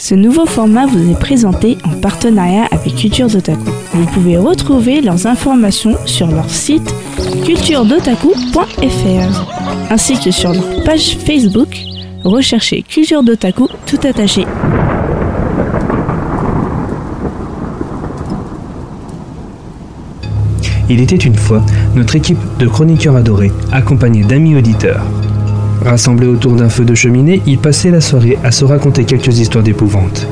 Ce nouveau format vous est présenté en partenariat avec Culture d'Otaku. Vous pouvez retrouver leurs informations sur leur site culturedotaku.fr ainsi que sur leur page Facebook. Recherchez Culture d'Otaku tout attaché. Il était une fois notre équipe de chroniqueurs adorés, accompagnée d'amis auditeurs. Rassemblés autour d'un feu de cheminée, ils passaient la soirée à se raconter quelques histoires d'épouvante.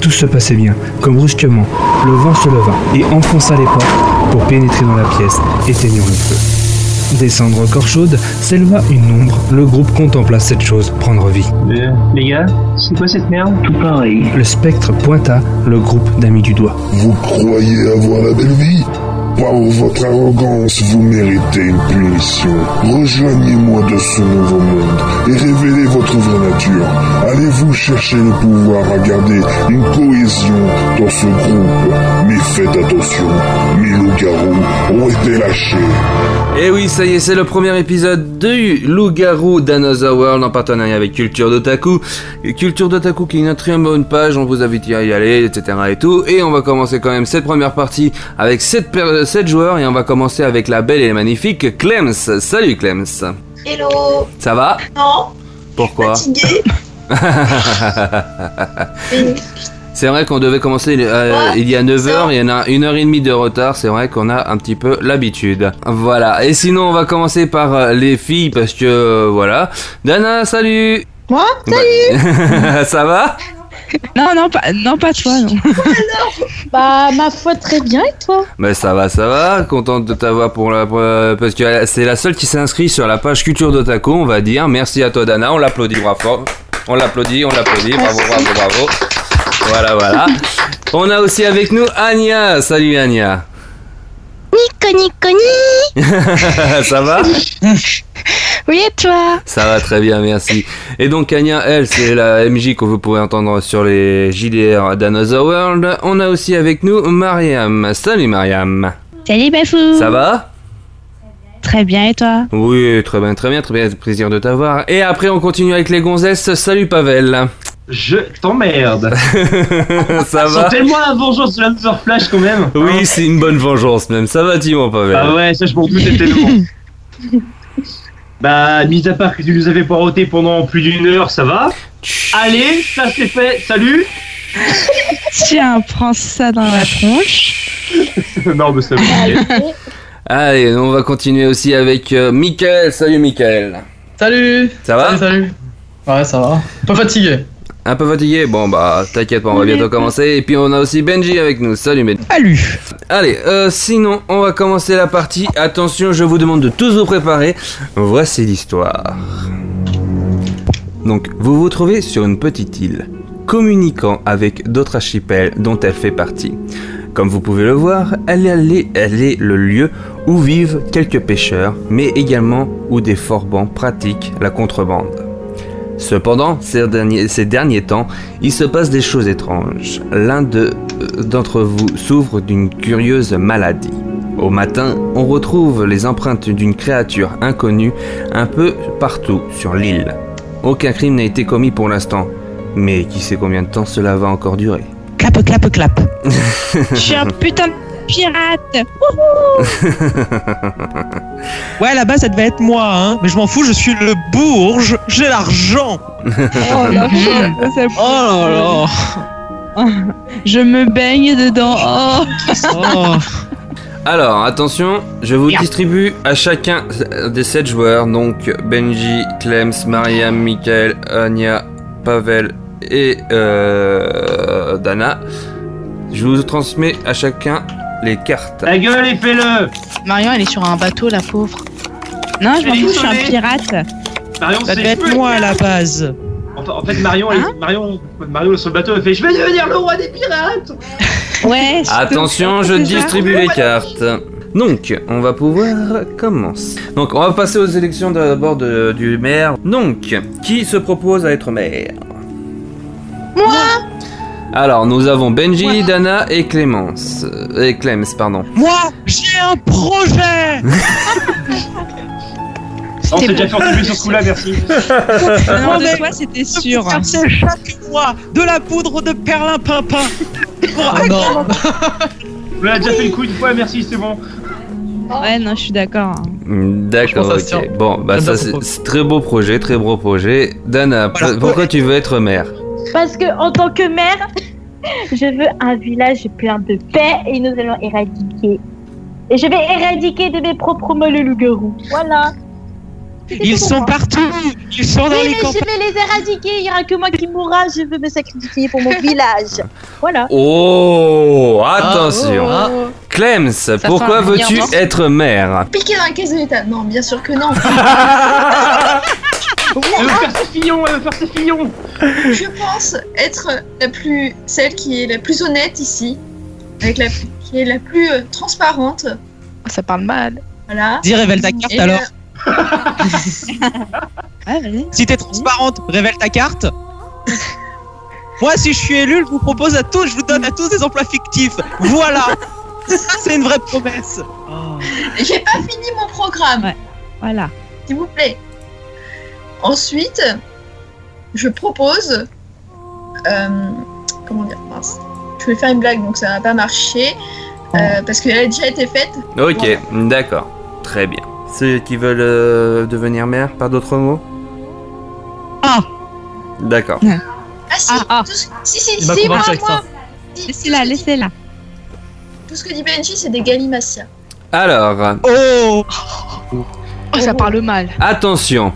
Tout se passait bien, comme brusquement, le vent se leva et enfonça les portes pour pénétrer dans la pièce, éteignant le feu. Des cendres encore chaudes, s'éleva une ombre. Le groupe contempla cette chose prendre vie. Les gars, c'est quoi cette merde Tout pareil. Le spectre pointa le groupe d'amis du doigt. Vous croyez avoir la belle vie Par votre arrogance, vous méritez une punition. Rejoignez-moi de ce nouveau monde et révélez votre vraie nature. Allez-vous chercher le pouvoir à garder une cohésion dans ce groupe Mais faites attention, mes loups-garous ont été lâchés. Et Eh oui, ça y est, c'est le premier épisode de Loup-Garou d'Another World en partenariat avec Culture d'Otaku. Et Culture d'Otaku qui est une très bonne page, on vous invite à y aller, etc. et tout. Et on va commencer quand même cette première partie avec 7, joueurs et on va commencer avec la belle et la magnifique Clems. Salut Clems. Hello Ça va Non Pourquoi Fatigué C'est vrai qu'on devait commencer euh, Ouais, il y a 9 ça. heures, il y en a une heure et demie de retard, c'est vrai qu'on a un petit peu l'habitude. Voilà, et sinon on va commencer par euh, les filles parce que euh, voilà. Dana, salut Moi Salut Ça va Non, non, pas, non, pas toi, non. Bah, ma foi, très bien, et toi Mais Bah, ça va, ça va, contente de t'avoir pour la... pour la- Parce que euh, c'est la seule qui s'est inscrite sur la page Culture d'Otaku, on va dire. Merci à toi Dana, on l'applaudit bravo. fort. On l'applaudit, on l'applaudit, bravo, bravo, bravo. Voilà, voilà. On a aussi avec nous Anya. Salut Anya. Nico, Nico, Nico. ça va Oui, et toi Ça va très bien, merci. Et donc Anya, elle, c'est la MJ que vous pouvez entendre sur les JDR d'Another World. On a aussi avec nous Mariam. Salut Mariam. Salut, Bafou. Ça va Très bien, et toi Oui, très bien, très bien, très bien, plaisir de t'avoir. Et après, on continue avec les gonzesses. Salut Pavel. Je t'emmerde. ça va Sentez-moi la vengeance de l'Another Flash quand même. Hein Oui, c'est une bonne vengeance même. Ça va, Timon Pavel Ah ouais, ça je m'en doutais tellement. bah, mis à part que tu nous avais poireauté pendant plus d'une heure, ça va Chut. Allez, ça c'est fait, salut Tiens, prends ça dans la tronche. Non, mais ça va. Allez, on va continuer aussi avec euh, Michael. Salut Michael. Salut Ça va Salut, salut Ouais, ça va. Un peu fatigué. Un peu fatigué Bon, bah, t'inquiète pas, on va bientôt commencer. Et puis, on a aussi Benji avec nous. Salut Benji. Salut. Allez, euh, sinon, on va commencer la partie. Attention, je vous demande de tous vous préparer. Voici l'histoire. Donc, vous vous trouvez sur une petite île, communiquant avec d'autres archipels dont elle fait partie. Comme vous pouvez le voir, elle est, elle est le lieu où vivent quelques pêcheurs, mais également où des forbans pratiquent la contrebande. Cependant, ces derniers, ces derniers temps, il se passe des choses étranges. L'un de- euh, d'entre vous s'ouvre d'une curieuse maladie. Au matin, on retrouve les empreintes d'une créature inconnue un peu partout sur l'île. Aucun crime n'a été commis pour l'instant, mais qui sait combien de temps cela va encore durer. Clap, clap, clap. Je suis un putain de pirate. Ouais, là-bas, ça devait être moi, hein. Mais je m'en fous, je suis le bourge, j'ai l'argent. Eh, Oh la Ça- Oh là là. Je me baigne dedans. Oh. Oh. Alors, attention, je vous distribue à chacun des 7 joueurs, donc Benji, Clems, Mariam, Michael, Anya, Pavel et euh, Dana. Je vous transmets à chacun les cartes. La gueule et fais-le Marion, elle est sur un bateau, la pauvre. Non, je m'en Elle est fous, je suis un sauvée. pirate. Marion, Ça c'est- devait être moi à la base. En, en fait, Marion, elle- Marion, Marion sur le bateau, elle fait Je vais devenir le roi des pirates Ouais. je- Attention, je c'est ça. distribue les cartes. Donc, on va pouvoir commencer. Donc, on va passer aux élections d'abord de- du maire. Donc, qui se propose à être maire Moi Alors, nous avons Benji, Dana et Clémence. Euh, Et Clems, pardon. Euh, Moi, j'ai un projet. On C'était s'est déjà fait bon. enculer sur ce coup-là, merci. Non, de Moi-même, toi, c'était sûr. je versais chaque mois de la poudre de perlimpinpin pour Ah non. agrémenter On l'a déjà fait le coup une fois, merci, c'est bon. Ouais, non, je suis d'accord. hein. Mm, D'accord, Franchement, ça se ok. tient. Bon, bah J'aime ça bien ce c'est propos. c'est très beau projet, très beau projet. Dana, pr- Voilà. pourquoi tu veux être mère Parce que en tant que mère, je veux un village plein de paix et nous allons éradiquer. Et je vais éradiquer de mes propres mots le loup-garou. Voilà. C'était Ils tout pour sont moi. partout, ils sont Oui, dans les mais campagnes. je vais les éradiquer. Il n'y aura que moi qui mourra. Je veux me sacrifier pour mon village. Voilà. Oh, attention Ah. Clems, pourquoi fera un veux-tu milliard, non être mère Piqué dans la caisse de l'État. Non, bien sûr que non. Elle veut faire ses fillons, elle veut faire ses fillons. je pense être la plus, celle qui est la plus honnête ici, avec la qui est la plus euh, transparente. Ça parle mal. Voilà. Dis, révèle ta carte Et, euh, alors. Ouais, vas-y. Si t'es transparente, révèle ta carte. Moi, si je suis élu, je vous propose à tous, je vous donne à tous des emplois fictifs. Voilà. C'est une vraie promesse. J'ai pas fini mon programme, Voilà. s'il vous plaît. Ensuite, je propose. euh, comment dire mince. Je vais faire une blague, donc ça n'a pas marché. euh, parce qu'elle a déjà été faite. Ok, d'accord, très bien. Ceux qui veulent euh, devenir mère, par d'autres mots Ah. D'accord. Ah si, Ah, ah. tout ce- si, si, Il m'a si, convaincu moi, avec moi, ça. si, Laissez-la, tout ce que dit- laissez-la. Tout ce que dit Benji, c'est des galimacias. Alors, Oh Oh, ça parle mal. attention.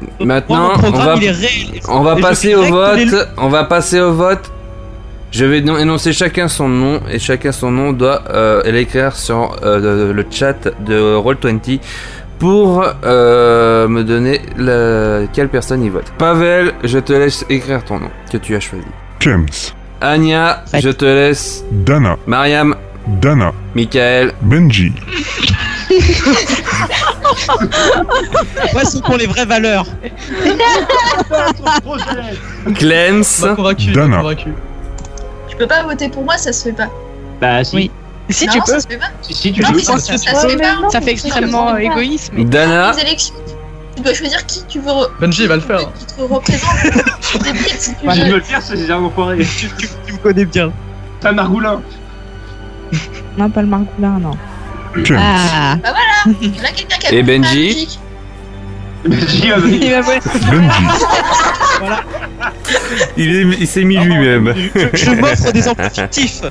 Moi, Maintenant, mon on programme, va, il est réel. on va Et je passer suis au direct vote. les loups. On va passer au vote. Je vais non- énoncer chacun son nom et chacun son nom doit euh, l'écrire sur euh, le chat de Roll20 pour euh, me donner le- quelle personne il vote. Pavel, je te laisse écrire ton nom que tu as choisi. Kems, Anya, Ouais. je te laisse. Dana, Mariam, Dana, Michael, Benji, Ouais, ce sont les vraies valeurs. Projet. Clems. Il m'a convaincu, il Dana. m'a convaincu. Tu peux pas voter pour moi, ça se fait pas. Bah si. Oui. non, ça se fait pas. Si, si, tu Ah, Non, veux. mais ça, ça se fait pas. Ça fait extrêmement euh, égoïste, mais Dana, Les élections, tu dois choisir qui tu veux re- Benji, il va le faire. qui te représente. Débile, si tu Si tu veux. veux le faire, c'est des enfoirés. Tu, tu- tu me connais bien. Pas Margoulin. Non, pas le margoulin, non. Kems, Ah. Il y en a quelqu'un qui a Et compris la Benji logique. Benji, euh, Il va voir. Benji, il, est- il s'est mis lui-même. Je, je m'offre des emplois fictifs.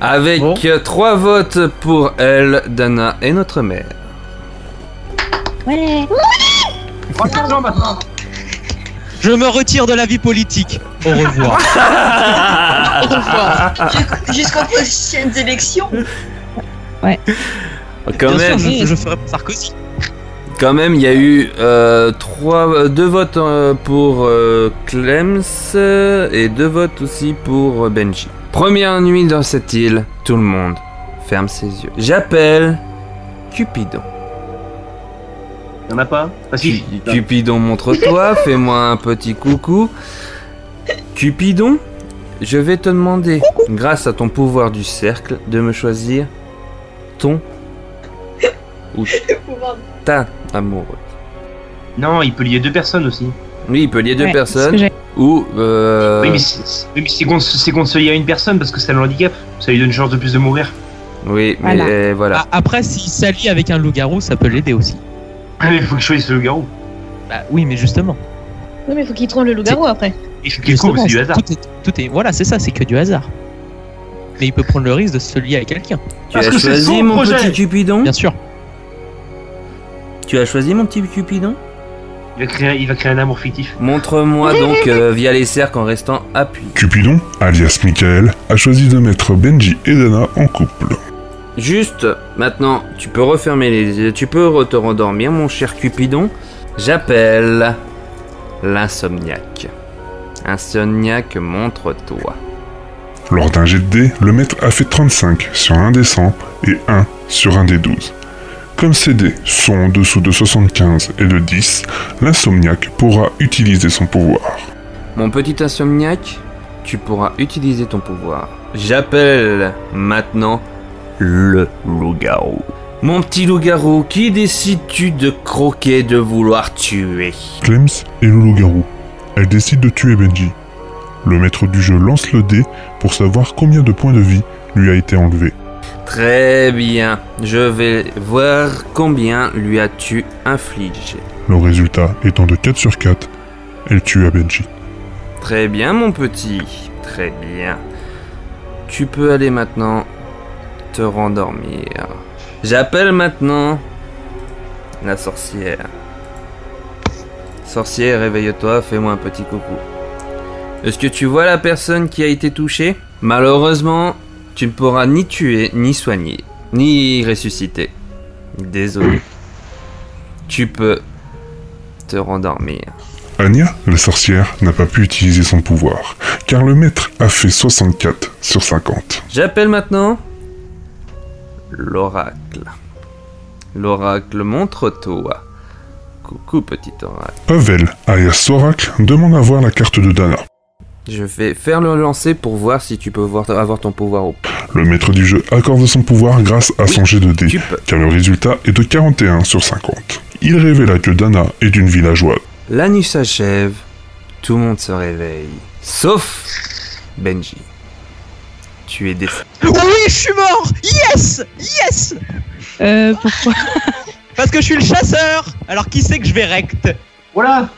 Avec Bon. euh, trois votes pour elle, Dana et notre mère. Ouais. prends l'argent maintenant. Je me retire de la vie politique. Au revoir. Jusqu'aux- Jusqu'aux prochaines élections. Quand bien même, sûr, je, je ferai pour Sarkozy. quand même, il y a eu euh, trois, euh, deux votes euh, pour euh, Clems euh, et deux votes aussi pour euh, Benji. Première nuit dans cette île, tout le monde ferme ses yeux. J'appelle Cupidon. Y'en a pas Ah si. Cupidon, montre-toi, fais-moi un petit coucou. Cupidon, je vais te demander, grâce à ton pouvoir du cercle, de me choisir ton ou ta amoureuse. Non, il peut lier deux personnes aussi. Oui, il peut lier deux Ouais, c'est ce que personnes j'ai- ou euh, Oui, mais c'est- c'est oui, mais c'est qu'on se- c'est qu'on se lie à une personne parce que ça le handicap. Ça lui donne une chance de plus de mourir. oui, mais Voilà. euh, voilà. Ah, Après, s'il s'allie avec un loup-garou, ça peut l'aider aussi. Ah, mais faut que je choisisse le garou. Bah oui, mais justement. Oui, mais faut qu'il trouve le loup-garou après. Il faut qu'il Justement, court, c'est du c'est- hasard. Tout est, tout est- voilà, c'est ça, c'est que du hasard. Mais il peut prendre le risque de se lier à quelqu'un, Tu Ah, Parce as que c'est choisi son mon projet. petit Cupidon bien sûr. Tu as choisi mon petit Cupidon Il va créer, il va créer un amour fictif. Montre-moi donc euh, via les cercles en restant appuyé. Cupidon, alias Michael, a choisi de mettre Benji et Dana en couple. Juste, maintenant, tu peux refermer les yeux, tu peux re- te rendormir, mon cher Cupidon. J'appelle l'insomniaque. Insomniaque, montre-toi. Lors d'un jet de dés, le maître a fait 35 sur un des 100 et 1 sur un des 12. Comme ces dés sont en dessous de 75 et de 10, l'insomniaque pourra utiliser son pouvoir. Mon petit insomniaque, tu pourras utiliser ton pouvoir. J'appelle maintenant le loup-garou. Mon petit loup-garou, qui décides-tu de croquer, de vouloir tuer Clems est le loup-garou. Elle décide de tuer Benji. Le maître du jeu lance le dé pour savoir combien de points de vie lui a été enlevé. Très bien, je vais voir combien lui as-tu infligé. Le résultat étant de 4 sur 4, elle tue à Benji. Très bien, mon petit, très bien. Tu peux aller maintenant te rendormir. J'appelle maintenant la sorcière. Sorcière, réveille-toi, fais-moi un petit coucou. Est-ce que tu vois la personne qui a été touchée Malheureusement, tu ne pourras ni tuer, ni soigner, ni ressusciter. Désolé. Tu peux te rendormir. Anya, la sorcière, n'a pas pu utiliser son pouvoir, car le maître a fait 64 sur 50. J'appelle maintenant l'oracle. L'oracle, montre-toi. Coucou, petit oracle. Pavel, alias Oracle, demande à voir la carte de Dana. Je vais faire le lancer pour voir si tu peux voir- avoir ton pouvoir ou pas. Le maître du jeu accorde son pouvoir grâce à son jet de dés, car le résultat est de 41 sur 50. Il révéla que Dana est une villageoise. La nuit s'achève, tout le monde se réveille, sauf Benji. Tu es décédé. Oui, je suis mort Yes Yes Euh, pourquoi Parce que je suis le chasseur Alors qui sait que je vais rect Voilà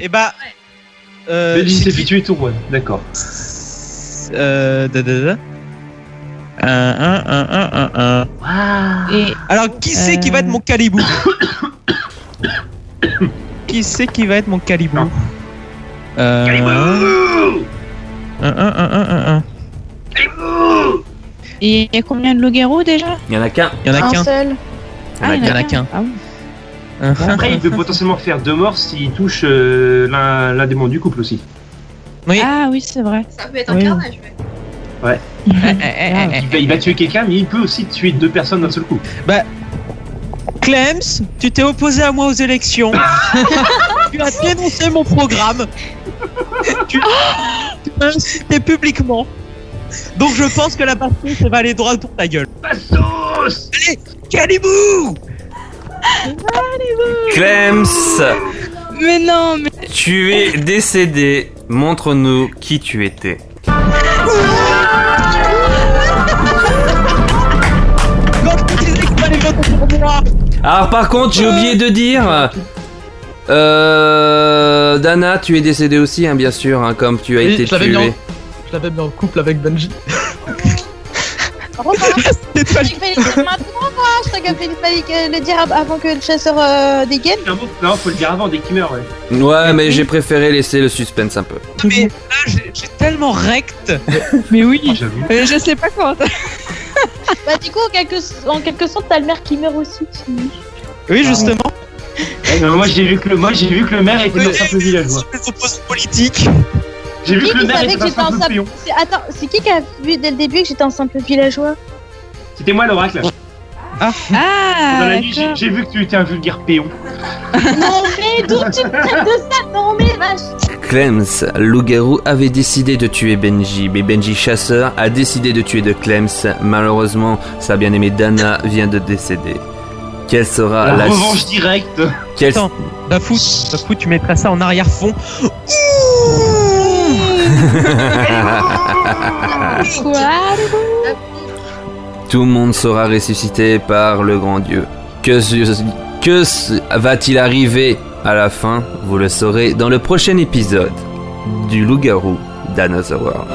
Et bah. Euh, Benji c'est s'est qui fait tuer tout, ouais. D'accord. Euh. Da, da, da. Un, un, un, un, un, un. Et- Alors qui c'est qui va être mon calibou Qui c'est qui va être mon calibou Euh, Ah. Un, un, un, un, un, un. Et il y a combien de loups-garous déjà Il y en a qu'un. Il y en a Ah, qu'un. seul. Il y en a qu'un. Ah oui. Après, il peut potentiellement faire deux morts s'il touche euh, l'un l'un des membres du couple aussi. Ah oui, c'est vrai. Ça peut être Oui. Ouais. Eh, il, va, il va tuer quelqu'un, mais il peut aussi tuer deux personnes d'un seul coup. Bah. eh. Clems, tu t'es opposé à moi aux élections. tu as dénoncé mon programme. tu tu m'as insulté publiquement. Donc je pense que la partie, ça va aller droit pour ta gueule. Bastos Allez, Calibou Clems, Mais non, mais. tu es décédé. Montre-nous qui tu étais. Quand je te disais que fallait voter pour moi Alors par contre, j'ai oublié de dire... Euh, Dana, tu es décédé aussi, hein, bien sûr, hein, comme tu as Oui, été je l'avais mis, en... tué. je l'avais mis en couple avec Benji. Je vais le dire maintenant, moi Je crois que je vais le dire euh, av- avant que le chasseur euh, dégaine. Non, faut le dire avant, dès qu'il meurt, ouais. Ouais, mais j'ai préféré laisser le suspense un peu. Ah, Mais là, j'ai j'ai tellement rect. Mais oui. Ah, Euh, je sais pas comment. bah, du coup, en quelque, en quelque sorte, t'as le maire qui meurt aussi. tu- Oui, justement. Eh, mais moi, j'ai vu, que le- moi, j'ai vu que le maire était un simple villageois. politique. J'ai vu Qui que le qui maire savait était que un j'étais un simple simple... pion. C'est- Attends, c'est qui qui a vu dès le début que j'étais un simple villageois C'était moi l'oracle. Ah, Dans Ah, la nuit, j'ai- j'ai vu que tu étais un vulgaire péon. Non mais d'où tu me traites de ça Non mais vache Clems, loup-garou, avait décidé de tuer Benji, mais Benji chasseur a décidé de tuer de Clems. Malheureusement, sa bien-aimée Dana vient de décéder. Quelle sera Ah, la, La Revanche directe. Quelle- Attends, Bafou, Bafou, tu mettras ça en arrière-fond. Tout le monde sera ressuscité par le grand Dieu. Que, se- que se- va-t-il arriver à la fin Vous le saurez dans le prochain épisode du loup-garou d'Another World.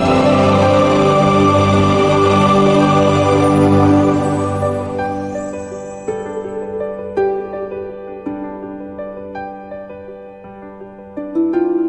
Thank you.